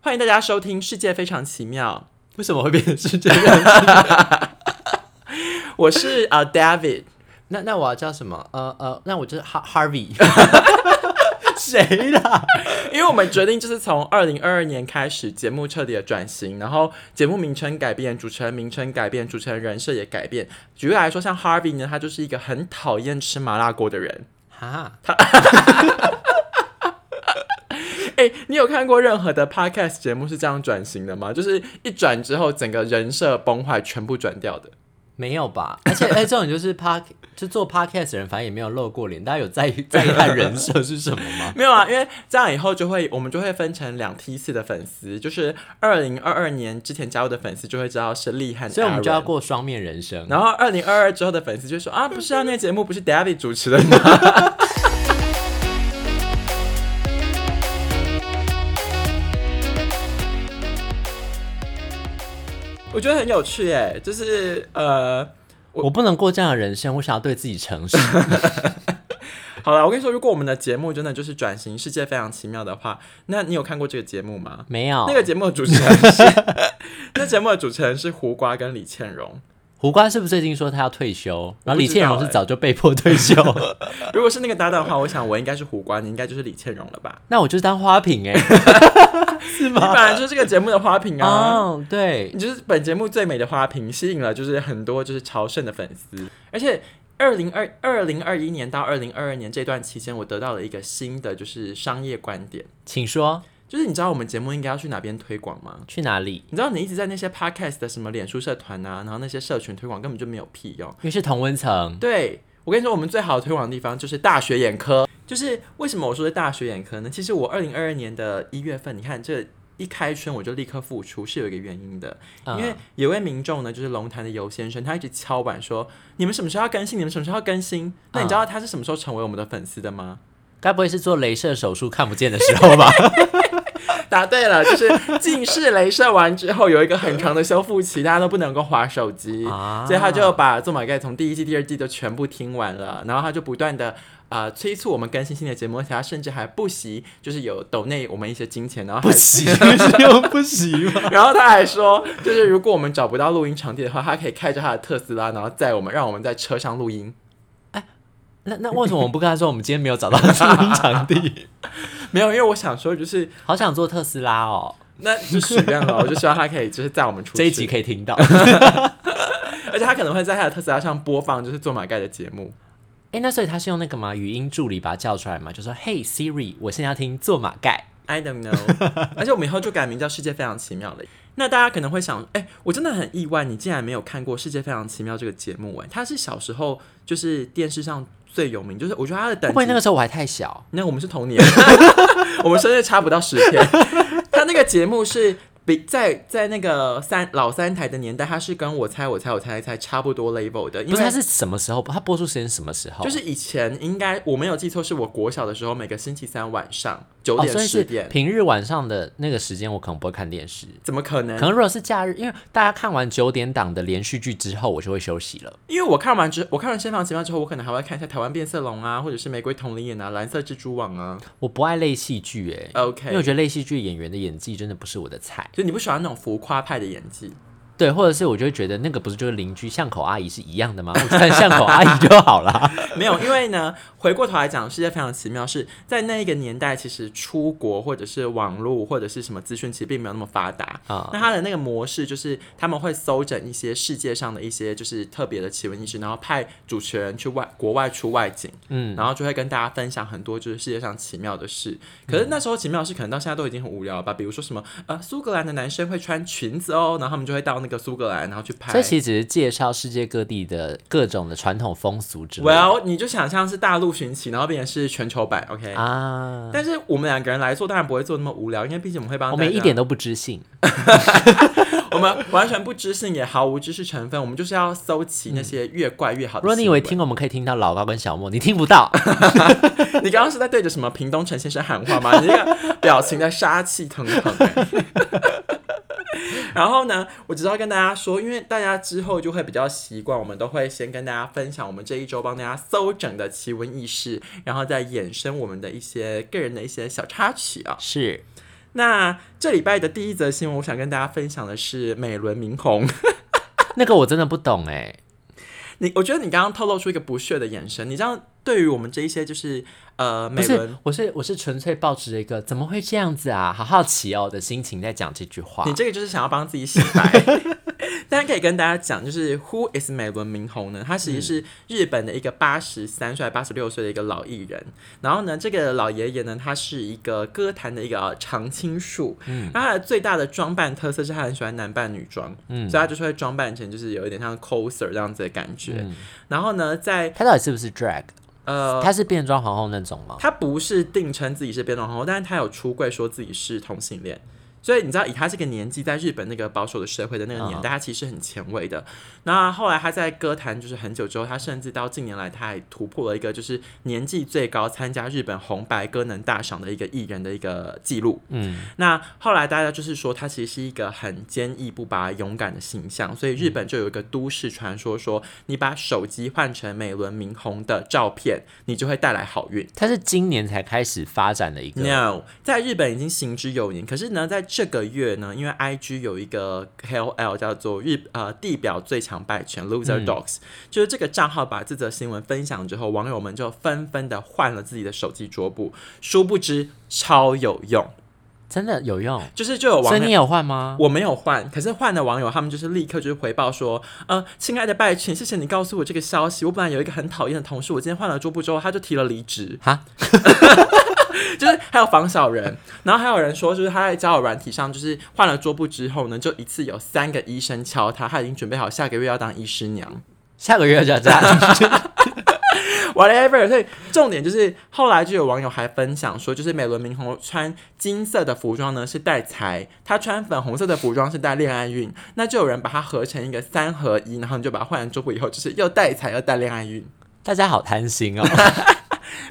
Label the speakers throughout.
Speaker 1: 欢迎大家收听《世界非常奇妙》。为什么会变成是这样？我是呃、David，
Speaker 2: 那那我要叫什么？呃呃，那我就是 Har- Harvey。
Speaker 1: 谁啦？因为我们决定就是从二零二二年开始，节目彻底的转型，然后节目名称改变，主持人名称改变，主持人人设也改变。举例来说，像 Harvey 呢，他就是一个很讨厌吃麻辣锅的人。
Speaker 2: 哈，
Speaker 1: 哎、你有看过任何的 podcast 节目是这样转型的吗？就是一转之后，整个人设崩坏，全部转掉的。
Speaker 2: 没有吧？而且哎，这种就是 Park 就做 Podcast 的人，反正也没有露过脸，大家有 在意在意他人设是什么吗？
Speaker 1: 没有啊，因为这样以后就会，我们就会分成两梯次的粉丝，就是二零二二年之前加入的粉丝就会知道是厉害，
Speaker 2: 所以我们就要
Speaker 1: Aaron
Speaker 2: 过双面人生。
Speaker 1: 然后二零二二之后的粉丝就说啊， 不是啊，那个节目不是 David 主持的吗？我觉得很有趣耶，就是呃，
Speaker 2: 我我不能过这样的人生，我想要对自己 诚实。
Speaker 1: 好了，我跟你说，如果我们的节目真的就是转型世界非常奇妙的话，那你有看过这个节目吗？
Speaker 2: 没有
Speaker 1: 那个节目的主持人是， 那节目的主持人是胡瓜跟李倩蓉。
Speaker 2: 胡瓜是不是最近说他要退休？然后
Speaker 1: 不
Speaker 2: 李
Speaker 1: 知
Speaker 2: 倩
Speaker 1: 道
Speaker 2: 蓉是
Speaker 1: 哎
Speaker 2: 早就被迫退休
Speaker 1: 欸
Speaker 2: 了，
Speaker 1: 如果是那个搭档的话，我想我应该是胡瓜，你应该就是李倩蓉了吧？
Speaker 2: 那我就当花瓶哎、
Speaker 1: 你本来就是这个节目的花瓶啊。
Speaker 2: 哦，对
Speaker 1: 你，就是本节目最美的花瓶，吸引了就是很多就是朝圣的粉丝，而且。二零二二零二一年到二零二二年这段期间，我得到了一个新的就是商业观点，
Speaker 2: 请说
Speaker 1: 就是你知道我们节目应该要去哪边推广吗？
Speaker 2: 去哪里？
Speaker 1: 你知道你一直在那些 podcast 的什么脸书社团啊，然后那些社群推广根本就没有屁用。
Speaker 2: 因为是同温层，
Speaker 1: 对我跟你说，我们最好的推广的地方就是大学眼科。就是为什么我说是大学眼科呢？其实我二零二二年的一月份，你看这一开春我就立刻复出，是有一个原因的。因为有位民众呢，就是龙潭的游先生，他一直敲碗说：“你们什么时候要更新？你们什么时候要更新？”那你知道他是什么时候成为我们的粉丝的吗？
Speaker 2: 该不会是做镭射手术看不见的时候吧？
Speaker 1: 答对了，就是近视雷射完之后有一个很长的修复期，大家都不能够划手机，
Speaker 2: 啊
Speaker 1: 所以他就把《做马盖》从第一季、第二季都全部听完了，然后他就不断的呃催促我们更新新的节目，而且他甚至还不惜就是有抖内我们一些金钱，然后还
Speaker 2: 不行，是又不行吗？
Speaker 1: 然后他还说，就是如果我们找不到录音场地的话，他可以开着他的特斯拉，然后载我们，让我们在车上录音。
Speaker 2: 那那为什么我们不跟他说我们今天没有找到录音场地？
Speaker 1: 没有，因为我想说，就是
Speaker 2: 好想做特斯拉哦，
Speaker 1: 那就许愿哦了，我就希望他可以就是载我们出去。
Speaker 2: 这一集可以听到。
Speaker 1: 而且他可能会在他的特斯拉上播放就是做马盖的节目。
Speaker 2: 哎，那所以他是用那个吗？语音助理把他叫出来嘛，就说：“Hey Siri，我现在要听做马盖。
Speaker 1: I don't know 。而且我们以后就改名叫《世界非常奇妙》了。那大家可能会想，哎、我真的很意外，你竟然没有看过《世界非常奇妙》这个节目、哎，它是小时候就是电视上最有名，就是我觉得它的”
Speaker 2: 会
Speaker 1: 等
Speaker 2: 不会
Speaker 1: 级
Speaker 2: 那个时候我还太小？
Speaker 1: 那我们是童年，我们生日差不到十天。他那个节目是比在在那个三老三台的年代，他是跟我猜我猜我猜猜猜差不多 level 的，因
Speaker 2: 不是，
Speaker 1: 为
Speaker 2: 他是什么时候？他播出时间是什么时候？
Speaker 1: 就是以前应该我没有记错，是我国小的时候，每个星期三晚上九
Speaker 2: 哦，
Speaker 1: 点
Speaker 2: 所以
Speaker 1: 十
Speaker 2: 是
Speaker 1: 点，
Speaker 2: 平日晚上的那个时间，我可能不会看电视。
Speaker 1: 怎么可能
Speaker 2: 可？能如果是假日，因为大家看完九点档的连续剧之后，我就会休息了。
Speaker 1: 因为我看完之我看完《身房奇妙》之后，我可能还会看一下《台湾变色龙》啊，或者是《玫瑰同林眼》啊，《蓝色蜘蛛网》啊。
Speaker 2: 我不爱类戏剧，哎，因为我
Speaker 1: OK，
Speaker 2: 觉得类戏剧演员的演技真的不是我的菜。
Speaker 1: 就你不喜欢那种浮夸派的演技。
Speaker 2: 对，或者是我就会觉得那个不是就是邻居巷口阿姨是一样的吗？我就看巷口阿姨就 好啦。
Speaker 1: 没有，因为呢，回过头来讲，世界非常奇妙是，在那一个年代，其实出国或者是网络或者是什么资讯，其实并没有那么发达。
Speaker 2: 啊
Speaker 1: 那它的那个模式就是他们会搜整一些世界上的一些就是特别的奇闻异事，然后派主持人去外国外出外景，嗯，然后就会跟大家分享很多就是世界上奇妙的
Speaker 2: 嗯
Speaker 1: 事。可是那时候奇妙的事可能到现在都已经很无聊了吧？比如说什么呃，苏格兰的男生会穿裙子哦，然后他们就会到那个苏格兰，然后去拍。
Speaker 2: 所以其实只是介绍世界各地的各种的传统风俗之类的
Speaker 1: Well，你就想象是大陆寻奇，然后变成是全球版，OK？、
Speaker 2: 啊。
Speaker 1: 但是我们两个人来做，当然不会做那么无聊，因为毕竟我们会帮
Speaker 2: 我
Speaker 1: 大家
Speaker 2: 们一点，都不知性，
Speaker 1: 我们完全不知性，也毫无知识成分，我们就是要搜集那些越怪越好的新闻。
Speaker 2: 如果你以为听我们可以听到老高跟小莫，你听不到。
Speaker 1: 你刚刚是在对着什么屏东陈先生喊话 吗？你那个表情在杀气腾腾、欸。然后呢，我只是要跟大家说，因为大家之后就会比较习惯，我们都会先跟大家分享我们这一周帮大家搜整的奇闻异事，然后再衍生我们的一些个人的一些小插曲啊。
Speaker 2: 是
Speaker 1: 那这礼拜的第一则新闻，我想跟大家分享的是美轮明宏。
Speaker 2: 那个我真的不懂哎、
Speaker 1: 你我觉得你刚刚透露出一个不屑的眼神，你知道，对于我们这一些就是呃
Speaker 2: 不
Speaker 1: 美
Speaker 2: 是
Speaker 1: 轮，，
Speaker 2: 我是我是纯粹抱持着一个怎么会这样子啊，好好奇哦的心情在讲这句话
Speaker 1: 你。这个就是想要帮自己洗白。 大家可以跟大家讲，就是 Who is 美轮明宏呢？他其实是日本的一个八十三岁、八十六岁的一个老艺人。然后呢，这个老爷爷呢，他是一个歌坛的一个呃常青树。嗯，他的最大的装扮特色是他很喜欢男扮女装，嗯，所以他就是会装扮成就是有一点像 coser 这样子的感觉。然后呢，在
Speaker 2: 他到底是不是 drag？
Speaker 1: 呃，
Speaker 2: 他是变装皇后那种吗？
Speaker 1: 他不是定称自己是变装皇后，但是他有出柜说自己是同性恋。所以你知道，以他这个年纪，在日本那个保守的社会的那个年代，他其实很前卫的。那后来他在歌坛就是很久之后，他甚至到近年来，他还突破了一个就是年纪最高参加日本红白歌能大赏的一个艺人的一个记录。嗯，那后来大家就是说，他其实是一个很坚毅不拔、勇敢的形象。所以日本就有一个都市传说说，你把手机换成美轮明宏的照片，你就会带来好运。
Speaker 2: 他是今年才开始发展的一个
Speaker 1: No，在日本已经行之有年。可是呢，在这个月呢，因为 IG 有一个 KOL 叫做日呃地表最强败犬 Loser Dogs，、就是这个账号把这则新闻分享之后，网友们就纷纷的换了自己的手机桌布，殊不知超有用。
Speaker 2: 真的有用。
Speaker 1: 就是就有网
Speaker 2: 所以
Speaker 1: 友
Speaker 2: 你有换吗？
Speaker 1: 我没有换，可是换的网友他们就是立刻就是回报说，呃，亲爱的拜群，谢谢你告诉我这个消息。我本来有一个很讨厌的同事，我今天换了桌布之后，他就提了离 职。
Speaker 2: 哈，
Speaker 1: 就是还有防小人，然后还有人说，就是他在交友软体上，就是换了桌布之后呢，就一次有三个医生敲他，他已经准备好下个月要当医师娘。
Speaker 2: 下个月就要 这样。
Speaker 1: whatever。所以重点就是，后来就有网友还分享说，就是美轮明宏穿金色的服装呢是带财，他穿粉红色的服装是带恋爱运，那就有人把它合成一个三合一，然后你就把它换成桌布以后，就是又带财又带恋爱运。
Speaker 2: 大家好贪心哦。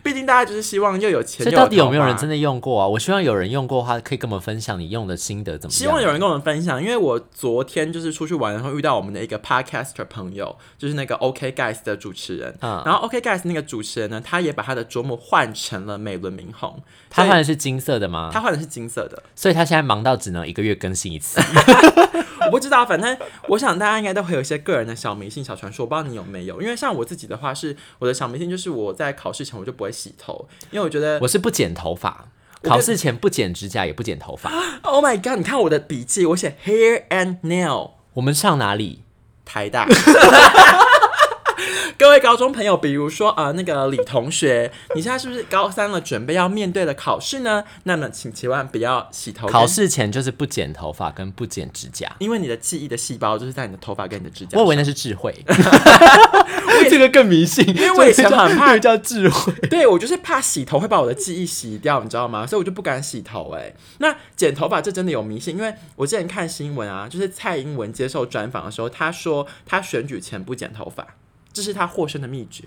Speaker 1: 毕竟大家就是希望又有钱
Speaker 2: 所
Speaker 1: 又
Speaker 2: 以到底有没有
Speaker 1: 桃花
Speaker 2: 人真的用过啊？我希望有人用过的话，可以跟我们分享你用的心得怎么样。
Speaker 1: 希望有人跟我们分享，因为我昨天就是出去玩，然后遇到我们的一个 podcaster 朋友，就是那个 OK Guys 的主持人。
Speaker 2: 嗯
Speaker 1: 然后 OK Guys 那个主持人呢，他也把他的桌幕换成了美轮明宏，
Speaker 2: 他
Speaker 1: 所以
Speaker 2: 换的是金色的吗？
Speaker 1: 他换的是金色的。
Speaker 2: 所以他现在忙到只能一个月更新一次。
Speaker 1: 我不知道，反正我想大家应该都会有一些个人的小迷信、小传说，我不知道你有没有。因为像我自己的话是，我的小迷信就是我在考试前我就不会洗头，因为我觉得
Speaker 2: 我是不剪头发，
Speaker 1: 我觉得
Speaker 2: 考试前不剪指甲也不剪头发。
Speaker 1: Oh my God！你看我的笔记，我写 hair and nail
Speaker 2: 我们上哪里？
Speaker 1: 台大。 各位高中朋友，比如说啊、呃那个李同学，你现在是不是高三了，准备要面对的考试呢？那么请千万不要洗头，
Speaker 2: 考试前就是不剪头发跟不剪指甲。
Speaker 1: 因为你的记忆的细胞就是在你的头发跟你的指甲
Speaker 2: 我以
Speaker 1: 上。
Speaker 2: 为那是 智慧， 这个更迷信，因
Speaker 1: 为我以前很 怕
Speaker 2: 叫智慧。
Speaker 1: 对我就是怕洗头会把我的记忆洗掉，你知道吗？所以我就不敢洗头、哎，那剪头发这真的有迷信，因为我之前看新闻啊，就是蔡英文接受专访的时候，她说她选举前不剪头发，这是她获胜的秘诀。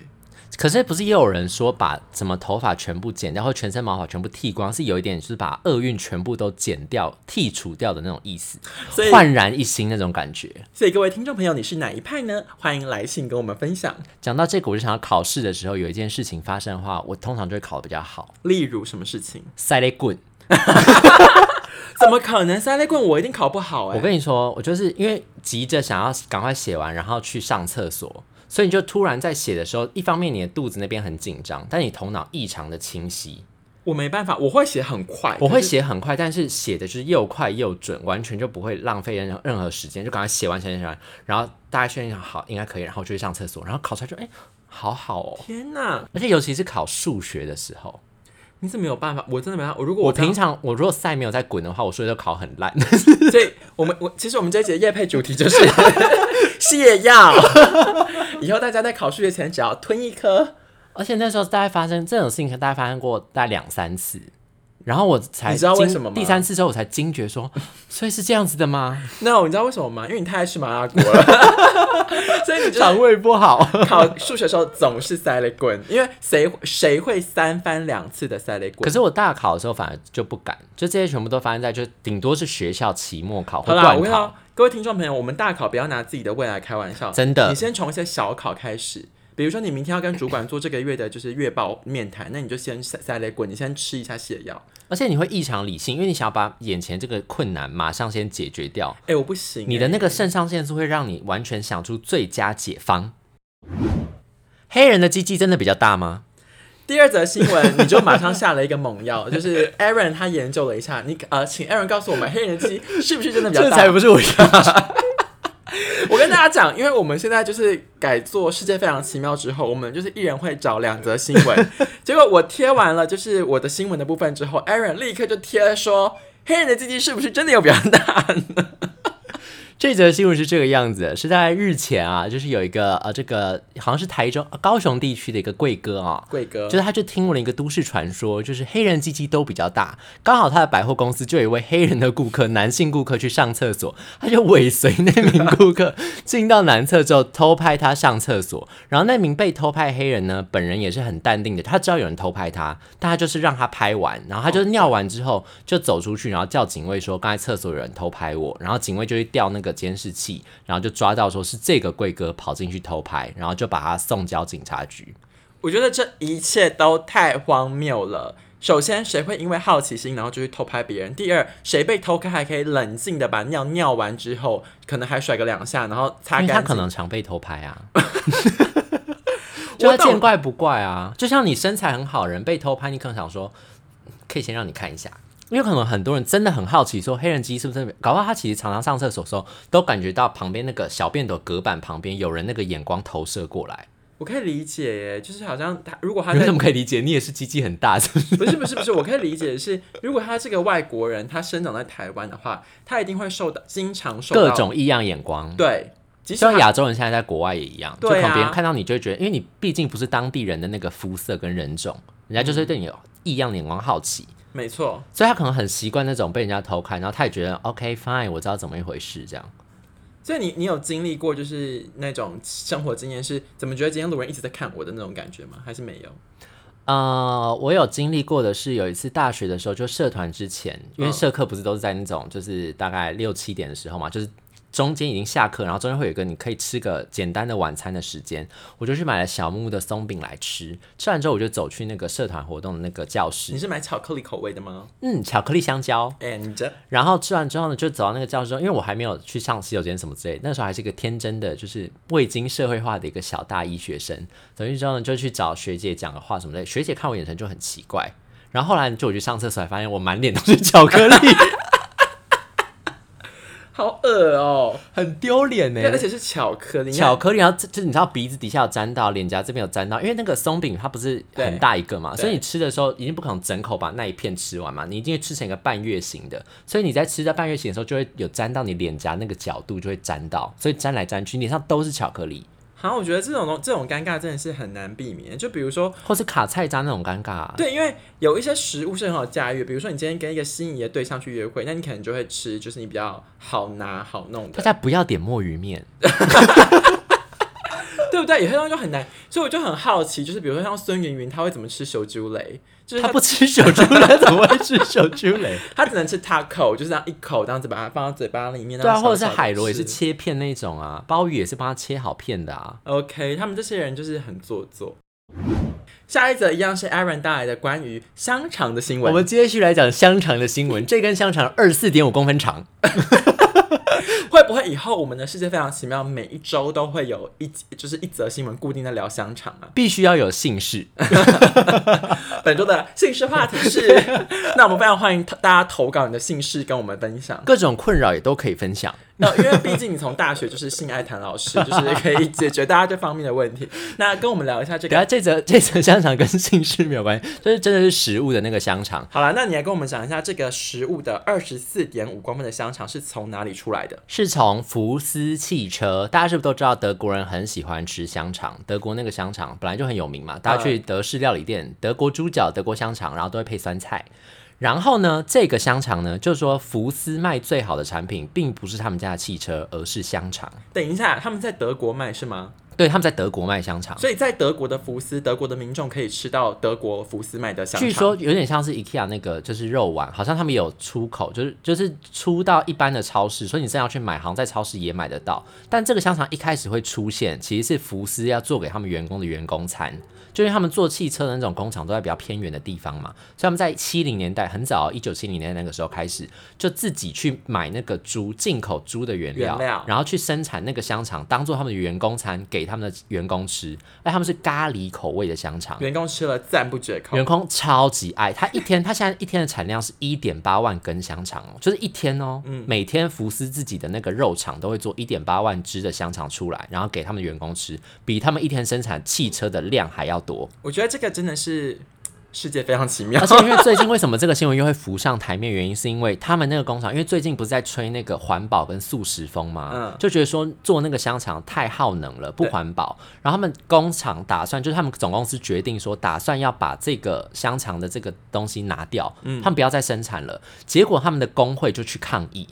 Speaker 2: 可是不是也有人说把什么头发全部剪掉，或全身毛发全部剃光，是有一点就是把厄运全部都剪掉、剔除掉的那种意思
Speaker 1: 所以，
Speaker 2: 焕然一新那种感觉。
Speaker 1: 所以各位听众朋友，你是哪一派呢？欢迎来信跟我们分享。
Speaker 2: 讲到这个，我就想到考试的时候有一件事情发生的话，我通常就会考得比较好。
Speaker 1: 例如什么事情？
Speaker 2: 塞雷棍，
Speaker 1: 怎么可能？三类棍我一定考不好哎、
Speaker 2: 我跟你说，我就是因为急着想要赶快写完，然后去上厕所，所以你就突然在写的时候，一方面你的肚子那边很紧张，但你头脑异常的清晰。
Speaker 1: 我没办法，我会写很快，
Speaker 2: 我会
Speaker 1: 可是
Speaker 2: 写很快，但是写的就是又快又准，完全就不会浪费任何任何时间，就赶快写完写完写完，然后大家确认好应该可以，然后就去上厕所，然后考出来就哎、好好哦。
Speaker 1: 天哪，
Speaker 2: 而且尤其是考数学的时候，
Speaker 1: 你怎么有办法？我真的没办法。我如果
Speaker 2: 我
Speaker 1: 当
Speaker 2: 平常我如果赛没有在滚的话，我数学都考很烂。
Speaker 1: 所以我们我其实我们这一节夜配主题就是泻药， 以后大家在考数学前只要吞一颗。
Speaker 2: 而且那时候大概发生这种事情，大概发生过大概两三次，然后我才
Speaker 1: 你知道为
Speaker 2: 惊
Speaker 1: 什么吗
Speaker 2: 第三次之后我才惊觉说，所以是这样子的吗？
Speaker 1: 那你知道为什么吗？因为你太爱吃麻辣锅了， 所以你就是
Speaker 2: 肠胃不好。
Speaker 1: 考数学的时候总是塞雷棍，因为谁谁会三番两次的塞雷棍
Speaker 2: 可？是我大考的时候反而就不敢，就这些全部都发生在就顶多是学校期末考或
Speaker 1: 好啦，我
Speaker 2: 段
Speaker 1: 跟你
Speaker 2: 考
Speaker 1: 说，各位听众朋友，我们大考不要拿自己的未来开玩笑，
Speaker 2: 真的
Speaker 1: 你先从一些小考开始，比如说你明天要跟主管做这个月的就是月报面谈，那你就先塞塞雷滚，你先吃一下泻药。
Speaker 2: 而且你会异常理性，因为你想要把眼前这个困难马上先解决掉，
Speaker 1: 哎，我不行、
Speaker 2: 你的那个肾上腺素会让你完全想出最佳解方。黑人的鸡鸡真的比较大吗？
Speaker 1: 第二则新闻，你就马上下了一个猛 药，就是 Aaron 他研究了一下，你呃，请 Aaron 告诉我们黑人鸡是 不是啊真的比较
Speaker 2: 这
Speaker 1: 大？
Speaker 2: 才不是我要。
Speaker 1: 我跟大家讲，因为我们现在就是改做《世界非常奇妙》之后，我们就是一人会找两则新闻。 结果我贴完了就是我的新闻的部分之后，Aaron 立刻就贴了说：“黑人的鸡鸡是不是真的有比较大
Speaker 2: 这则新闻是这个样子，是在日前啊，就是有一个呃，这个好像是台中、呃高雄地区的一个贵哥啊、？”
Speaker 1: 贵哥
Speaker 2: 就，是他就听闻了一个都市传说，就是黑人鸡鸡都比较大。刚好他的百货公司就有一位黑人的顾客，男性顾客去上厕所，他就尾随那名顾客进到男厕之后偷拍他上厕所。然后那名被偷拍黑人呢，本人也是很淡定的，他知道有人偷拍他，但他就是让他拍完，然后他就尿完之后就走出去，然后叫警卫说刚才厕所有人偷拍我，然后警卫就去调那个监视器，然后就抓到说是这个贵哥跑进去偷拍，然后就把他送交警察局。
Speaker 1: 我觉得这一切都太荒谬了。首先，谁会因为好奇心然后就去偷拍别人？第二，谁被偷看还可以冷静的把尿尿完之后，可能还甩个两下，然后擦
Speaker 2: 因
Speaker 1: 干
Speaker 2: 为
Speaker 1: 净。
Speaker 2: 他可能常被偷拍 啊。就
Speaker 1: 我
Speaker 2: 他
Speaker 1: 懂
Speaker 2: 见怪不怪啊，就像你身材很好，人被偷拍，你可能想说，可以先让你看一下，因为可能很多人真的很好奇，说黑人鸡是不是真的？搞不好他其实常常上厕所的时候，都感觉到旁边那个小便斗隔板旁边有人那个眼光投射过来。
Speaker 1: 我可以理解耶，就是好像他如果他在
Speaker 2: 你们怎么可以理解？你也是鸡鸡很大，是不是
Speaker 1: 不是不是不是，我可以理解是，如果他这个外国人，他生长在台湾的话，他一定会受到经常受到
Speaker 2: 各种异样眼光。
Speaker 1: 对，即使
Speaker 2: 像
Speaker 1: 他
Speaker 2: 亚洲人现在在国外也一样，就可
Speaker 1: 对啊
Speaker 2: 能别人看到你就会觉得，因为你毕竟不是当地人的那个肤色跟人种，
Speaker 1: 嗯
Speaker 2: 人家就是会对你有异样眼光好奇。
Speaker 1: 没错，
Speaker 2: 所以他可能很习惯那种被人家偷看，然后他也觉得 OK fine，我知道怎么一回事这样。
Speaker 1: 所以你你有经历过就是那种生活经验是怎么觉得今天路人一直在看我的那种感觉吗？还是没有？
Speaker 2: 呃，我有经历过的是，有一次大学的时候，就社团之前，因为
Speaker 1: 嗯
Speaker 2: 社课不是都是在那种就是大概六七点的时候嘛，就是中间已经下课，然后中间会有一个你可以吃个简单的晚餐的时间，我就去买了小木屋的松饼来吃。吃完之后，我就走去那个社团活动的那个教
Speaker 1: 你
Speaker 2: 室，
Speaker 1: 是买巧克力口味的吗
Speaker 2: 嗯，巧克力香蕉，
Speaker 1: ？And
Speaker 2: 然后吃完之后呢，就走到那个教室，因为我还没有去上洗手间什么之类，那时候还是一个天真的，就是未经社会化的一个小大一学生。走进去之后呢，就去找学姐讲个话什么的，学姐看我眼神就很奇怪。然后后来就我去上厕所，还发现我满脸都是 巧克力，
Speaker 1: 好恶哦、
Speaker 2: 很丢脸欸呢、
Speaker 1: 对，而且是巧克力，
Speaker 2: 巧克力，然后这就是你知道鼻子底下有沾到，脸颊这边有沾到，因为那个松饼它不是很大一个嘛，
Speaker 1: 对
Speaker 2: 所以你吃的时候一定不可能整口把那一片吃完嘛，你一定会吃成一个半月形的，所以你在吃到半月形的时候就会有沾到你脸颊那个角度就会沾到，所以沾来沾去脸上都是巧克力，
Speaker 1: 好，我觉得这种东这种尴尬真的是很难避免。就比如说，
Speaker 2: 或是卡菜渣那种尴尬、啊。
Speaker 1: 对，因为有一些食物是很好驾驭，比如说你今天跟一个心仪的对象去约会，那你可能就会吃，就是你比较好拿好弄
Speaker 2: 大
Speaker 1: 的，
Speaker 2: 家不要点墨鱼面，
Speaker 1: 对不对？有些东西就很难，所以我就很好奇，就是比如说像孙云云，她会怎么吃手珠雷？就是
Speaker 2: 他
Speaker 1: 她
Speaker 2: 不 吃手珠蕾，怎么会吃手珠蕾？
Speaker 1: 她只能吃 taco，就是这样一口这样子把它放到嘴巴里面。
Speaker 2: 对啊，
Speaker 1: 然后
Speaker 2: 或者是
Speaker 1: 小小地
Speaker 2: 海螺也是
Speaker 1: 吃。
Speaker 2: 切片那种啊，鲍鱼也是帮他切好片的啊。
Speaker 1: OK，他们这些人就是很做作。下一则一样是 Aaron 带来的关于香肠的新闻。
Speaker 2: 我们接续来讲香肠的新闻，这根香肠二十四点五公分长。
Speaker 1: 会不会以后我们的世界非常奇妙，每一周都会有一集就是一则新闻固定在聊香肠啊？
Speaker 2: 必须要有姓氏。
Speaker 1: 本周的姓氏话题是，那我们非常欢迎大家投稿你的姓氏跟我们分享。
Speaker 2: 各种困扰也都可以分享。
Speaker 1: 那因为毕竟你从大学就是性爱谈老师， 就是可以解决大家这方面的问题。那跟我们聊一下这个。
Speaker 2: 等下这则这 则香肠跟姓氏没有关系，就是真的是食物的那个香肠。
Speaker 1: 好了，那你来跟我们讲一下这个食物的二十四点五公分的香肠是从哪里出来的？
Speaker 2: 是从福斯汽车，大家是不是都知道德国人很喜欢吃香肠？德国那个香肠本来就很有名嘛，大家去德式料理店，德国猪脚、德国香肠，然后都会配酸菜。然后呢，这个香肠呢，就是说福斯卖最好的产品，并不是他们家的汽车，而是香肠。
Speaker 1: 等一下，他们在德国卖是吗？
Speaker 2: 对，他们在德国卖香肠，
Speaker 1: 所以在德国的福斯，德国的民众可以吃到德国福斯卖的香肠。
Speaker 2: 据说有点像是 IKEA 那个就是肉丸，好像他们有出口，就是就是出到一般的超市，所以你真的要去买，好像在超市也买得到。但这个香肠一开始会出现，其实是福斯要做给他们员工的员工餐，就因为他们做汽车的那种工厂都在比较偏远的地方嘛，所以他们在七零年代很早，一九七零年代那个时候开始就自己去买那个猪进口猪的原料，
Speaker 1: 原料
Speaker 2: 然后去生产那个香肠，当做他们的员工餐给他们的员工吃。哎，他们是咖喱口味的香肠，
Speaker 1: 员工吃了赞不绝口
Speaker 2: 员。工超级爱他一天，他现在一天的产量是一点八万根香肠哦，就是一天哦，每天福斯自己的那个肉厂都会做一点八万只的香肠出来，然后给他们的员工吃，比他们一天生产汽车的量还要多。
Speaker 1: 我觉得这个真的是世界非常奇妙
Speaker 2: 而。且因为最近为什么这个新闻又会浮上台面，原因是因为他们那个工厂，因为最近不是在吹那个环保跟素食风嘛，
Speaker 1: 嗯
Speaker 2: 就觉得说做那个香肠太耗能了，不环保。然后他们工厂打算，就是他们总公司决定说，打算要把这个香肠的这个东西拿掉，他们不要再生产了。结果他们的工会就去抗议。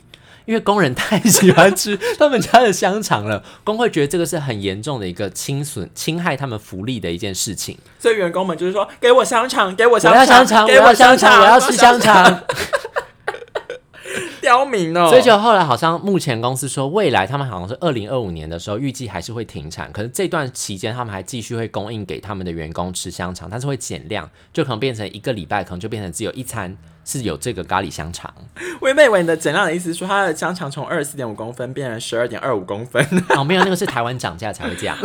Speaker 2: 因为工人太喜欢吃 他们家的香肠了，工会觉得这个是很严重的一个侵损、侵害他们福利的一件事情。
Speaker 1: 所以员工们就是说，给我香肠，给我
Speaker 2: 我要香肠，
Speaker 1: 肠，
Speaker 2: 我
Speaker 1: 给
Speaker 2: 要香
Speaker 1: 肠，
Speaker 2: 肠，我要吃香肠。
Speaker 1: 刁民哦。
Speaker 2: 所以就后来好像目前公司说，未来他们好像是二零二五年的时候预计还是会停产，可是这段期间他们还继续会供应给他们的员工吃香肠，但是会减量，就可能变成一个礼拜可能就变成只有一餐是有这个咖喱香 肠。
Speaker 1: 我原本以为你的简亮的意思是说，他的香肠从二十四点五公分变成十二点二五公分，
Speaker 2: 哦，没有，那个是台湾涨价才会这 样。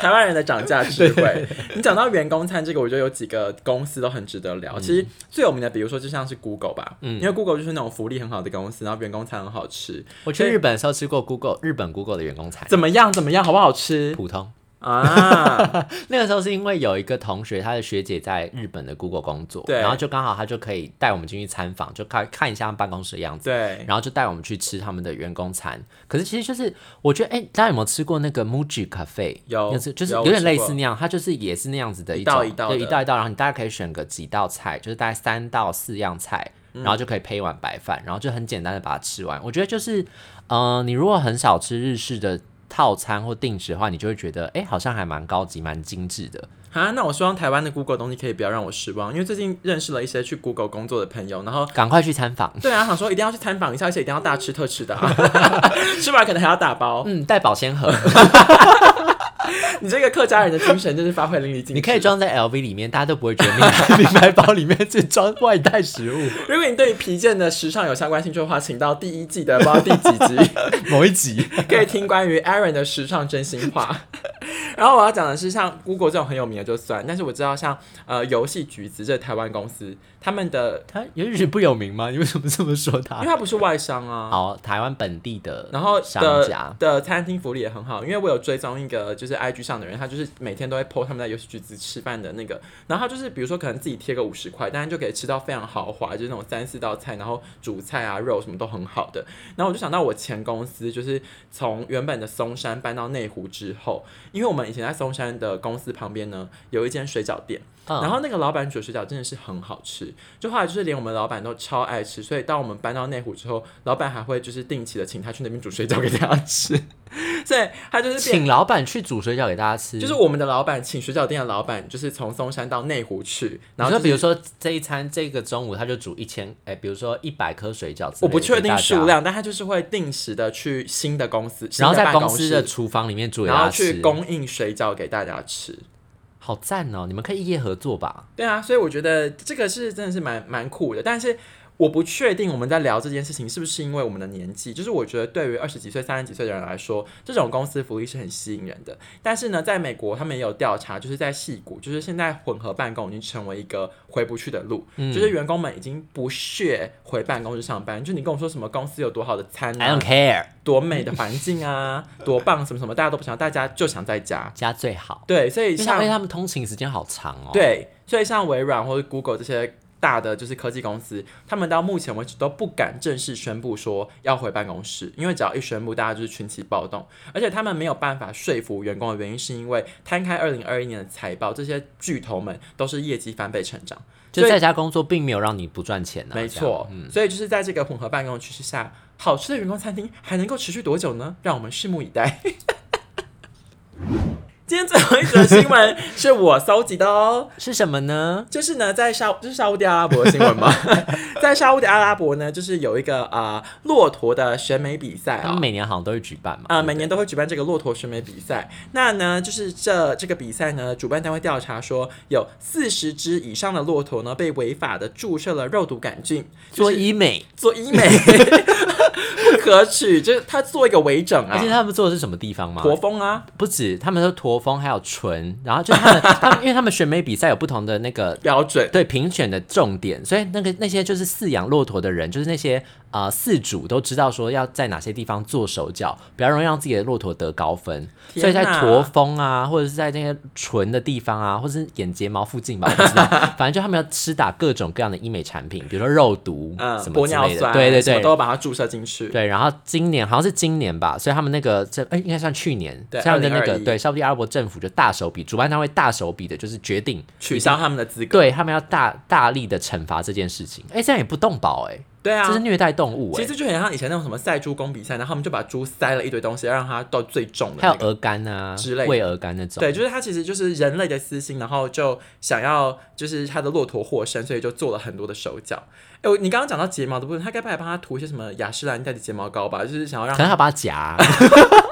Speaker 1: 台湾人的涨价智慧。你讲到员工餐这个，我觉得有几个公司都很值得
Speaker 2: 嗯
Speaker 1: 聊。其实最有名的，比如说就像是 Google 吧，因为 Google 就是那种福利很好的公司，然后员工餐很好吃。
Speaker 2: 我去日本的时候吃过 Google 日本 Google 的员工餐，
Speaker 1: 怎么样？怎么样？好不好吃
Speaker 2: 普通。
Speaker 1: 啊？
Speaker 2: 那个时候是因为有一个同学，他的学姐在日本的 Google 工作，
Speaker 1: 对
Speaker 2: 然后就刚好他就可以带我们进去参访，就看看一下他们办公室的样子。
Speaker 1: 对，
Speaker 2: 然后就带我们去吃他们的员工餐。可是其实就是，我觉得，哎、大家有没有吃过那个 Muji Cafe？
Speaker 1: 有
Speaker 2: 那是就是
Speaker 1: 有
Speaker 2: 有点类
Speaker 1: 吃
Speaker 2: 似
Speaker 1: 过
Speaker 2: 那样，它就是也是那样子的
Speaker 1: 一
Speaker 2: 种，
Speaker 1: 道一道
Speaker 2: 对，
Speaker 1: 的
Speaker 2: 一道一道，然后你大概可以选个几道菜，就是大概三到四样菜。然后就可以配一碗白饭，然后就很简单的把它吃完。我觉得就是，呃，你如果很少吃日式的套餐或定食的话，你就会觉得，哎，好像还蛮高级、蛮精致的。
Speaker 1: 啊，那我希望台湾的 Google 东西可以不要让我失望，因为最近认识了一些去 Google 工作的朋友，然后
Speaker 2: 赶快去参访，
Speaker 1: 对啊，想说一定要去参访一下，而且一定要大吃特吃的、啊，吃完可能还要打包。
Speaker 2: 嗯，带保鲜盒，
Speaker 1: 你这个客家人的精神真是发挥淋漓尽致。
Speaker 2: 你可以，装在 LV 里面，大家都不会觉得名牌 名牌包里面是装外带食物。
Speaker 1: 如果你对于皮件的时尚有相关兴趣的话，请到第一季的不知道第几集
Speaker 2: 某一集。
Speaker 1: 可以听关于 Aaron 的时尚真心话。 然后我要讲的是，像 Google 这种很有名的就算，但是我知道像呃游戏橘子这台湾公司，他们的
Speaker 2: 他也许不有名吗？你为什么这么说
Speaker 1: 因
Speaker 2: 他
Speaker 1: 为？ 它不是外商啊，
Speaker 2: 好，台湾本地的，
Speaker 1: 然后
Speaker 2: 商
Speaker 1: 的
Speaker 2: 家
Speaker 1: 的餐厅福利也很好，因为我有追踪一个就是 IG 上的人，他就是每天都会 po 他们在游戏橘子吃饭的那个，然后他就是比如说可能自己贴个五十块，但是就可以吃到非常豪华，就是那种三四道菜，然后主菜啊肉什么都很好的。然后我就想到我前公司就是从原本的松山搬到内湖之后，因为我们以前在松山的公司旁边呢有一间水饺店，
Speaker 2: 嗯
Speaker 1: 然后那个老板煮的水饺真的是很好吃，就后来就是连我们老板都超爱吃，所以当我们搬到内湖之后，老板还会就是定期的请他去那边煮水饺给大家吃， 所以他就是变。
Speaker 2: 请老板去煮水饺给大家吃。
Speaker 1: 就是我们的老板请水饺店的老板，就是从松山到内湖去，
Speaker 2: 你
Speaker 1: 然后
Speaker 2: 说，
Speaker 1: 就
Speaker 2: 比
Speaker 1: 是
Speaker 2: 如说这一餐，这个中午他就煮一千，哎，比如说一百颗水饺之类的，
Speaker 1: 我不确定数
Speaker 2: 给大家，
Speaker 1: 量，但他就是会定时的去新的公司，
Speaker 2: 然后
Speaker 1: 新的
Speaker 2: 在
Speaker 1: 办
Speaker 2: 公
Speaker 1: 公
Speaker 2: 司
Speaker 1: 室
Speaker 2: 的厨房里面煮给
Speaker 1: 然
Speaker 2: 大
Speaker 1: 后
Speaker 2: 家吃
Speaker 1: 去。供应水饺给大家吃。
Speaker 2: 好赞哦！你们可以业合作吧？
Speaker 1: 对啊，所以我觉得这个是真的是蛮蛮酷的，但是我不确定我们在聊这件事情是不是因为我们的年纪，就是我觉得对于二十几岁、三十几岁的人来说，这种公司福利是很吸引人的。但是呢，在美国他们也有调查，就是在戏谷，就是现在混合办公已经成为一个回不去的路，就是员工们已经不屑回办公室上班。就你跟我说什么公司有多好的餐、
Speaker 2: I
Speaker 1: 啊
Speaker 2: don't，care，
Speaker 1: 多美的环境啊，多棒什么什么，大家都不想，大家就想在家。
Speaker 2: 家最好，
Speaker 1: 对，所以
Speaker 2: 因为他
Speaker 1: 像
Speaker 2: 因为他们通勤时间好长哦。，
Speaker 1: 对，所以像微软或者 Google 这些大的就是科技公司，他们到目前为止都不敢正式宣布说要回办公室，因为只要一宣布，大家就是群起暴动。而且他们没有办法说服员工的原因，是因为摊开二零二一年的财报，这些巨头们都是业绩翻倍成长。
Speaker 2: 就在家工作并没有让你不赚钱啊。
Speaker 1: 没
Speaker 2: 这样，
Speaker 1: 错，所以就是在这个混合办公趋势下，好吃的员工餐厅还能够持续多久呢？让我们拭目以待。 今天最后一则新闻是我搜集的哦，
Speaker 2: 是什么呢？
Speaker 1: 就是呢，在沙就是沙烏地阿拉伯的新闻 嘛，在沙烏地阿拉伯呢，就是有一个啊、呃、骆驼的选美比赛
Speaker 2: 他
Speaker 1: 啊、
Speaker 2: 们每年好像都会举办嘛。
Speaker 1: 啊、
Speaker 2: 对不
Speaker 1: 每
Speaker 2: 对
Speaker 1: 年都会举办这个骆驼选美比赛。那呢，就是这这个比赛呢，主办单位调查说，有四十只以上的骆驼呢，被违法的注射了肉毒杆菌，
Speaker 2: 做
Speaker 1: 就是
Speaker 2: 医美，
Speaker 1: 做医美， 不可取，就是他做一个微整
Speaker 2: 而
Speaker 1: 啊
Speaker 2: 且，他们做的是什么地方吗？
Speaker 1: 驼峰啊，
Speaker 2: 不止，他们都驼峰，还有唇，然后就是他们， 他们因为他们选美比赛有不同的那个
Speaker 1: 标准。
Speaker 2: 对评选的重点，所以那个那些就是饲养骆驼的人，就是那些呃饲主都知道说要在哪些地方做手脚，不要容易让自己的骆驼得高分。
Speaker 1: 天
Speaker 2: 所以在
Speaker 1: 哪
Speaker 2: 驼峰啊，或者是在那些唇的地方啊，或是眼睫毛附近吧，我不知 道，反正就他们要施打各种各样的医美产品，比如说肉毒
Speaker 1: 嗯，
Speaker 2: 什
Speaker 1: 玻
Speaker 2: 么之
Speaker 1: 尿
Speaker 2: 类的，
Speaker 1: 酸，
Speaker 2: 对对
Speaker 1: 什么
Speaker 2: 对，
Speaker 1: 都把它注射进去。
Speaker 2: 对，然后今年好像是今年吧，所以他们那个政，哎、应该算去年，
Speaker 1: 对
Speaker 2: 所以他们的那个
Speaker 1: 2021
Speaker 2: 对沙特阿拉伯政府就大手笔，主办单位大手笔的，就是决定
Speaker 1: 取消他们的资格。
Speaker 2: 对他们要大大力的惩罚这件事情。哎、这样也不动保哎、
Speaker 1: 对啊
Speaker 2: 这是，虐待动物哎、
Speaker 1: 其实就很像以前那种什么赛猪公比赛，然后他们就把猪塞了一堆东西，让它到最重的、
Speaker 2: 还有
Speaker 1: 那个。
Speaker 2: 鹅肝啊
Speaker 1: 之类的
Speaker 2: 喂鹅肝那种，
Speaker 1: 对，就是它其实就是人类的私心，然后就想要就是它的骆驼获胜，所以就做了很多的手脚。哎，我你刚刚讲到睫毛的部分，他该不会还帮他涂一些什么雅诗兰黛的睫毛膏吧？就是想要让
Speaker 2: 可能还要把 它夹。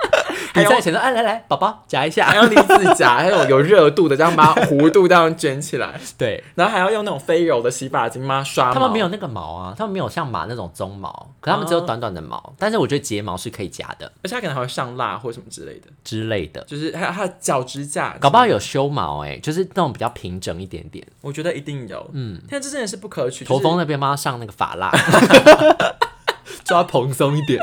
Speaker 1: 还
Speaker 2: 你
Speaker 1: 有哎
Speaker 2: 在前头，哎，来来，宝宝夹一
Speaker 1: 还
Speaker 2: 下。
Speaker 1: 要离子夹，还有有热度的，这样把弧度这样卷起来，
Speaker 2: 对，
Speaker 1: 然后还要用那种飞柔的洗发精帮它刷毛。
Speaker 2: 他们没有那个毛啊，他们没有像马那种鬃毛，可他们只有短短的
Speaker 1: 哦
Speaker 2: 毛。但是我觉得睫毛是可以夹的
Speaker 1: 而且它可能还会上蜡或什么之类的，
Speaker 2: 之类的，
Speaker 1: 就是还有它的脚指甲，
Speaker 2: 搞不好有修毛哎、就是那种比较平整一点点。
Speaker 1: 我觉得一定有，嗯，但这真的是不可取。
Speaker 2: 驼
Speaker 1: 就是
Speaker 2: 峰那边帮他上那个发蜡，抓蓬松一点。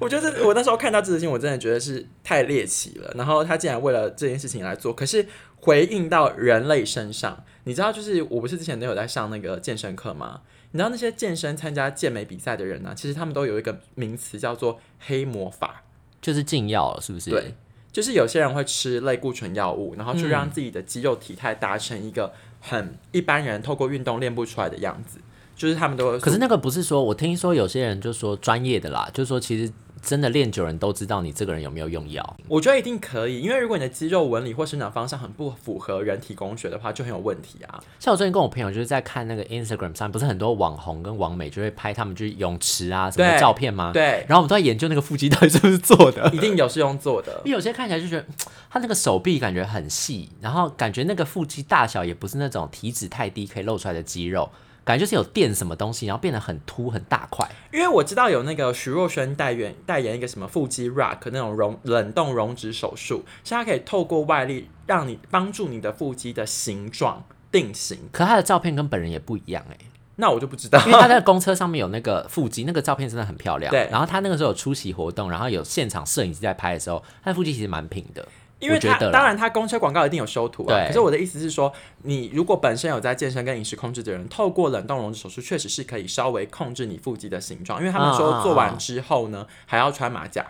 Speaker 1: 我觉得这我那时候看到这则新闻，我真的觉得是太猎奇了。然后他竟然为了这件事情来做，可是回应到人类身上，你知道，就是我不是之前都有在上那个健身课吗？你知道那些健身参加健美比赛的人呢、其实他们都有一个名词叫做黑魔法，
Speaker 2: 就是禁药了，是不是？
Speaker 1: 对，就是有些人会吃类固醇药物，然后就
Speaker 2: 嗯
Speaker 1: 让自己的肌肉体态达成一个很一般人透过运动练不出来的样子，就是他们都有
Speaker 2: 可是那个不是说，我听说有些人就说专业的啦，就说其实真的练久人都知道你这个人有没有用药。
Speaker 1: 我觉得一定可以，因为如果你的肌肉纹理或生长方向很不符合人体工学的话，就很有问题啊。
Speaker 2: 像我最近跟我朋友就是在看那个 Instagram 上，不是很多网红跟网美就会拍他们就是泳池啊什么的
Speaker 1: 对
Speaker 2: 照片吗？。
Speaker 1: 对，
Speaker 2: 然后我们都在研究那个腹肌到底是不是做的，
Speaker 1: 一定有是用做的
Speaker 2: 因。为有些看起来就觉得嗯他那个手臂感觉很细，然后感觉那个腹肌大小也不是那种体脂太低可以露出来的肌肉，感觉就是有垫什么东西，然后变得很凸很大块。
Speaker 1: 因为我知道有那个徐若瑄代言代言一个什么腹肌 rock 那种溶冷冻溶脂手术，是它可以透过外力让你帮助你的腹肌的形状定型。
Speaker 2: 可他的照片跟本人也不一样哎、
Speaker 1: 那我就不知道，
Speaker 2: 因为他在公车上面有那个腹肌，那个照片真的很漂亮。
Speaker 1: 对
Speaker 2: 然后他那个时候有出席活动，然后有现场摄影机在拍的时候，他的腹肌其实蛮平的。
Speaker 1: 因为
Speaker 2: 我觉
Speaker 1: 它
Speaker 2: 得啦
Speaker 1: 当然它公车广告一定有修图啊。
Speaker 2: 对
Speaker 1: 可是我的意思是说，你如果本身有在健身跟饮食控制的人，透过冷冻溶脂手术，确实是可以稍微控制你腹肌的形状，因为他们
Speaker 2: 嗯嗯
Speaker 1: 说
Speaker 2: 嗯
Speaker 1: 做完之后呢，还要穿马甲。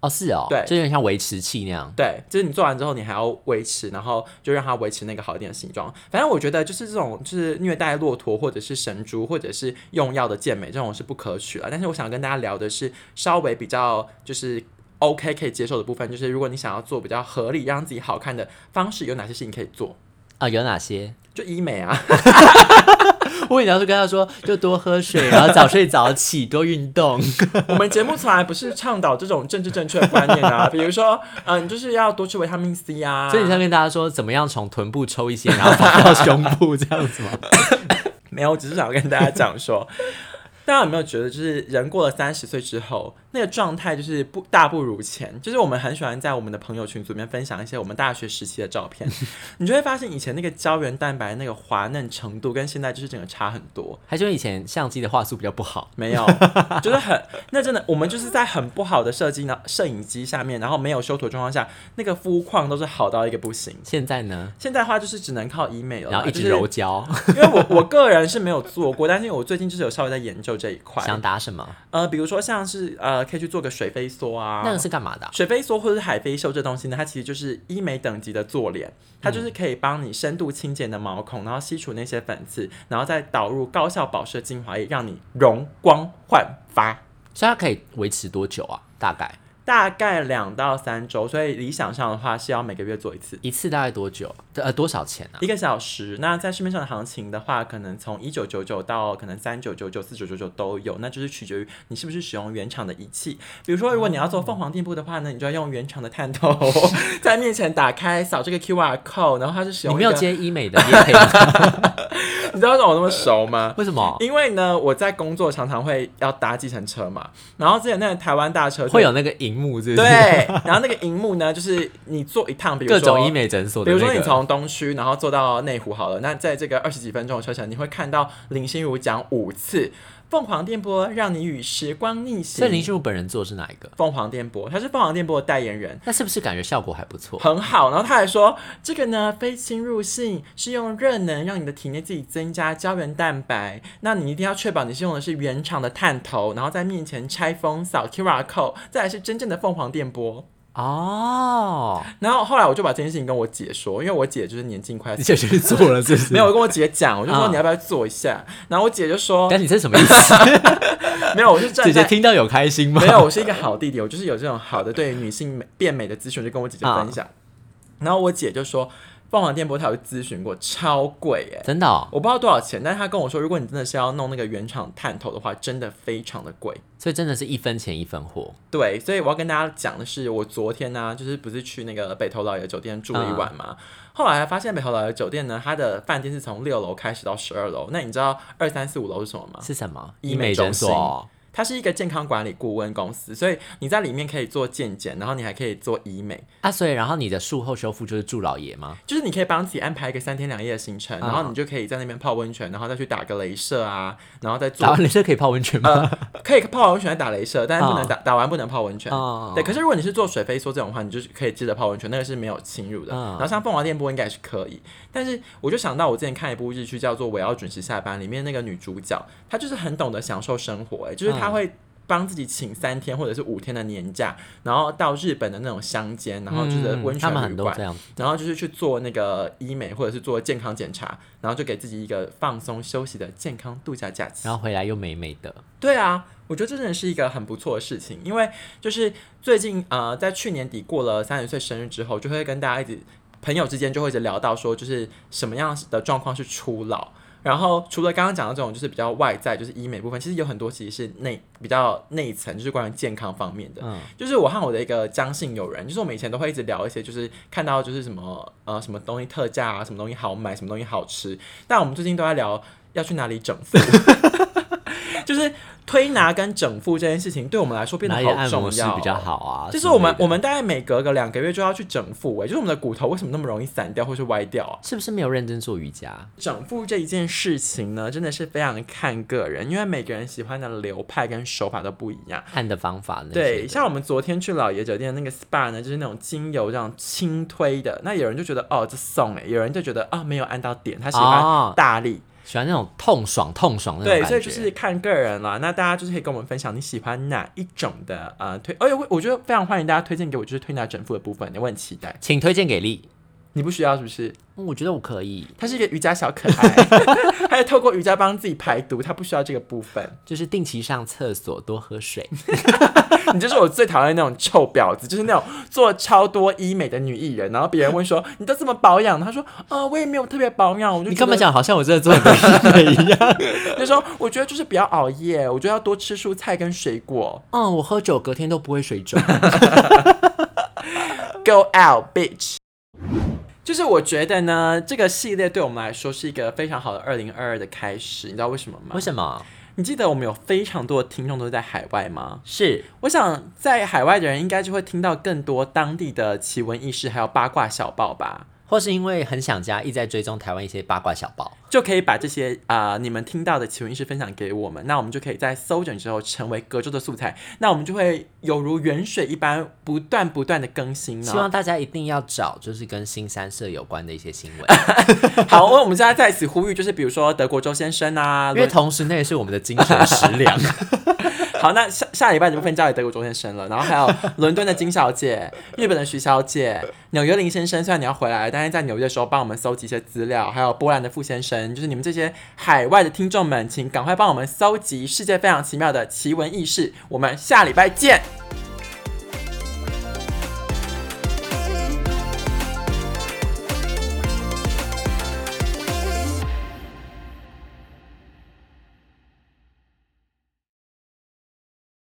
Speaker 2: 哦，是哦，
Speaker 1: 对
Speaker 2: 就有点像维持器那样。
Speaker 1: 对，就是你做完之后，你还要维持，然后就让它维持那个好一点的形状。反正我觉得就是这种就是虐待骆驼或者是神猪或者是用药的健美这种是不可取啊。但是我想跟大家聊的是稍微比较就是。OK，可以接受的部分就是，如果你想要做比较合理、让自己好看的方式，有哪些事情可以做？
Speaker 2: 啊、有哪些？
Speaker 1: 就医美啊，
Speaker 2: 我也要是跟他说，就多喝水，然后早睡早起，多运动。
Speaker 1: 我们节目从来不是倡导这种政治正确的观念啊，比如说，嗯、你就是要多吃维他命 C 啊，
Speaker 2: 所以你想跟大家说，怎么样从臀部抽一些，然后放到胸部这样子吗？
Speaker 1: 没有，我只是想跟大家讲说， 大家有没有觉得，就是人过了三十岁之后，那个状态就是不大不如前。就是我们很喜欢在我们的朋友群组里面分享一些我们大学时期的照 片，你就会发现以前那个胶原蛋白那个滑嫩程度，跟现在就是整个差很多。
Speaker 2: 还是因为以前相机的画素比较不好？
Speaker 1: 没有，就是很 那真的，我们就是在很不好的设计呢，摄影机下面，然后没有修图的状况下，那个肤况都是好到一个不行。
Speaker 2: 现在呢？
Speaker 1: 现在的话就是只能靠医美了啦，
Speaker 2: 然后一直
Speaker 1: 就是
Speaker 2: 揉胶，
Speaker 1: 因为我我个人是没有做过，但是我最近就是有稍微在研究这一块。
Speaker 2: 想打什么？
Speaker 1: 呃，比如说像是呃，可以去做个水飞梭啊，
Speaker 2: 那个是干嘛的啊、
Speaker 1: 水飞梭或者是海飞袖这东西呢，它其实就是医美等级的做脸，
Speaker 2: 嗯
Speaker 1: 它就是可以帮你深度清洁你的毛孔，然后吸除那些粉刺，然后再导入高效保湿精华液，让你容光焕发。
Speaker 2: 所以它可以维持多久啊？大概
Speaker 1: 大概两到三周，所以理想上的话是要每个月做一次，
Speaker 2: 一次大概多久？呃，多少钱啊？
Speaker 1: 一个小时。那在市面上的行情的话，可能从一九九九到可能三九九九、四九九九都有，那就是取决于你是不是使用原厂的仪器。比如说，
Speaker 2: 哦
Speaker 1: 如果你要做凤凰店铺的话呢，你就要用原厂的探头 在面前打开扫这个 QR code，然后它是使
Speaker 2: 你
Speaker 1: 用一
Speaker 2: 没有
Speaker 1: 个，
Speaker 2: 接医美的业配 吗？
Speaker 1: 你知道为什么我那么熟吗？
Speaker 2: 为什么
Speaker 1: 因为呢，我在工作常常会要搭计程车嘛，然后之前那个台湾大车
Speaker 2: 会有那个荧幕？是不是？
Speaker 1: 对，，然后那个荧幕呢，就是你坐一趟，比如
Speaker 2: 各
Speaker 1: 说
Speaker 2: 种医美诊所
Speaker 1: 比
Speaker 2: 的
Speaker 1: 如
Speaker 2: 那个。
Speaker 1: 说你从东区，然后坐到内湖好了，那在这个二十几分钟的车程，你会看到林心如讲五次“凤凰电波”，让你与时光逆
Speaker 2: 所以林
Speaker 1: 行。
Speaker 2: 心如本人做的是哪一个？
Speaker 1: 凤凰电波，她是凤凰电波的代言人，
Speaker 2: 那是不是感觉效果还不 错？
Speaker 1: 很好。然后她还说，这个呢非侵入性，是用热能让你的体内自己增加胶原蛋白。那你一定要确保你是用的是原厂的探头，然后在面前拆封扫 QR code，再来是真正的凤凰电波。
Speaker 2: 啊哦，
Speaker 1: 然后后来我就把这件事情跟我姐说，因为我姐就是年近快
Speaker 2: 你确实做了， 是不是？
Speaker 1: 没有，我跟我姐讲，我就说
Speaker 2: 嗯
Speaker 1: 你要不要做一下，然后我姐就说
Speaker 2: 但你这什 么意思？
Speaker 1: 没有，我是站
Speaker 2: 哎姐姐
Speaker 1: 在。
Speaker 2: 听到有开心吗
Speaker 1: 没？有，我是一个好弟弟，我就是有这种好的对于女性美变美的资讯，我就跟我姐姐分
Speaker 2: 啊
Speaker 1: 享。然后我姐就说，凤凰电波她有咨询过，超贵哎、
Speaker 2: 真的哦，
Speaker 1: 我不知道多少钱，但是她跟我说，如果你真的是要弄那个原厂探头的话，真的非常的贵。
Speaker 2: 所以真的是一分钱一分货。
Speaker 1: 对，所以我要跟大家讲的是，我昨天呢、就是不是去那个北头老爷酒店住了一晚嘛，
Speaker 2: 啊
Speaker 1: 后来发现北头老爷酒店呢，它的饭店是从六楼开始到十二楼，那你知道二三四五楼是什么吗？
Speaker 2: 是什么？
Speaker 1: 啊医
Speaker 2: 医
Speaker 1: 美
Speaker 2: 美
Speaker 1: 中
Speaker 2: 诊所哦。
Speaker 1: 它是一个健康管理顾问公司，所以你在里面可以做健检，然后你还可以做医美，
Speaker 2: 啊，所以然后你的术后修复就是住老爷吗？
Speaker 1: 就是你可以帮自己安排一个三天两夜的行程，
Speaker 2: 嗯
Speaker 1: 然后你就可以在那边泡温泉，然后再去打个镭射 啊，然后再
Speaker 2: 打
Speaker 1: 做
Speaker 2: 完镭射可以泡温泉吗？
Speaker 1: 可以泡温泉再打镭射，但是不能
Speaker 2: 嗯
Speaker 1: 打打完不能泡温泉。
Speaker 2: 哦
Speaker 1: 对，可是如果你是做水飞梭这种的话，你就是可以接着泡温泉，那个是没有侵入的。
Speaker 2: 嗯
Speaker 1: 然后像凤凰电波应该也是可以，但是我就想到我之前看一部日剧叫做《我要准时下班》，里面那个女主角她就是很懂得享受生活、哎，就是她
Speaker 2: 嗯
Speaker 1: 会。帮自己请三天或者是五天的年假，然后到日本的那种乡间，然后就是
Speaker 2: 嗯
Speaker 1: 温泉
Speaker 2: 他们很
Speaker 1: 旅
Speaker 2: 多
Speaker 1: 馆，
Speaker 2: 这样。
Speaker 1: 然后就是去做那个医美或者是做健康检查，然后就给自己一个放松休息的健康度假假期。
Speaker 2: 然后回来又美美的，
Speaker 1: 对啊，我觉得这真的是一个很不错的事情，因为就是最近呃，在去年底过了三十岁生日之后，就会跟大家一直朋友之间就会一直聊到说，就是什么样的状况是初老。然后除了刚刚讲的这种就是比较外在，就是医美部分，其实有很多其实是内比较内层，就是关于健康方面的。
Speaker 2: 嗯，
Speaker 1: 就是我和我的一个张姓友人，就是我们以前都会一直聊一些，就是看到就是什么呃什么东西特价啊，什么东西好买，什么东西好吃。但我们最近都在聊要去哪里整 复，就是推拿跟整复这件事情对我们来说变得
Speaker 2: 哪里的
Speaker 1: 好
Speaker 2: 按摩
Speaker 1: 重
Speaker 2: 师
Speaker 1: 要。啊哦
Speaker 2: 比较好啊？
Speaker 1: 就是
Speaker 2: 之类
Speaker 1: 我们
Speaker 2: 的
Speaker 1: 我们大概每隔个两个月就要去整复、欸，就是我们的骨头为什么那么容易散掉或是歪掉啊？
Speaker 2: 是不是没有认真做瑜伽？
Speaker 1: 整复这一件事情呢，真的是非常看个人，因为每个人喜欢的流派跟手法都不一样。
Speaker 2: 按的方法那些
Speaker 1: 对，
Speaker 2: 的
Speaker 1: 像我们昨天去老爷酒店那个 SPA 呢，就是那种精油这样轻推的。那有人就觉得哦，这送哎、有人就觉得啊、没有按到点，他喜欢
Speaker 2: 哦
Speaker 1: 大力。
Speaker 2: 喜欢那种痛爽痛爽的那种
Speaker 1: 对，
Speaker 2: 感觉。
Speaker 1: 所以就是看个人啦。那大家就是可以跟我们分享你喜欢哪一种的呃推，而且我我觉得非常欢迎大家推荐给我，就是推拿整腹的部分，我很期待。
Speaker 2: 请推荐给力。
Speaker 1: 你不需要是不是？
Speaker 2: 嗯我觉得我可以，
Speaker 1: 他是一个瑜伽小可 爱，还有透过瑜伽帮自己排毒，他不需要这个部分。
Speaker 2: 就是定期上厕所，多 喝水。
Speaker 1: 你就是我最讨厌那种臭婊子，就是那种做超多医美的女艺人，然后别人问说你都怎么保养的？她说呃我也没有特别保养，我就
Speaker 2: 你
Speaker 1: 觉
Speaker 2: 根
Speaker 1: 得
Speaker 2: 本讲好像我真的做 的一样。
Speaker 1: 就说我觉得就是不要熬夜，我觉得要多吃蔬菜跟水果。
Speaker 2: 嗯，我喝酒隔天都不会水 肿。
Speaker 1: Go out bitch。就是我觉得呢，这个系列对我们来说是一个非常好的二零二二的开始，你知道为什么吗
Speaker 2: 为？什么？
Speaker 1: 你记得我们有非常多的听众都是在海外吗？
Speaker 2: 是
Speaker 1: 我想在海外的人应该就会听到更多当地的奇闻异事，还有八卦小报吧。
Speaker 2: 或是因为很想家，一直在追踪台湾一些八卦小报。
Speaker 1: 就可以把这些啊、呃你们听到的奇闻异事分享给我们，那我们就可以在搜整之后成为隔周的素材，那我们就会有如远水一般不断不断的更新
Speaker 2: 希
Speaker 1: 呢。
Speaker 2: 望大家一定要找就是跟新三社有关的一些新闻，
Speaker 1: 好，那我们现在在此呼吁，就是比如说德国周先生 啊，
Speaker 2: 因为同时那也是我们的精神食粮。
Speaker 1: 好，那下下礼拜你们分交给德国周先生了，然后还有伦敦的金小姐、日本的徐小姐、纽约林先生，虽然你要回来，但是在纽约的时候帮我们搜集一些资料，还有波兰的傅先生，就是你们这些海外的听众们，请赶快帮我们搜集世界非常奇妙的奇闻异事，我们下礼拜见，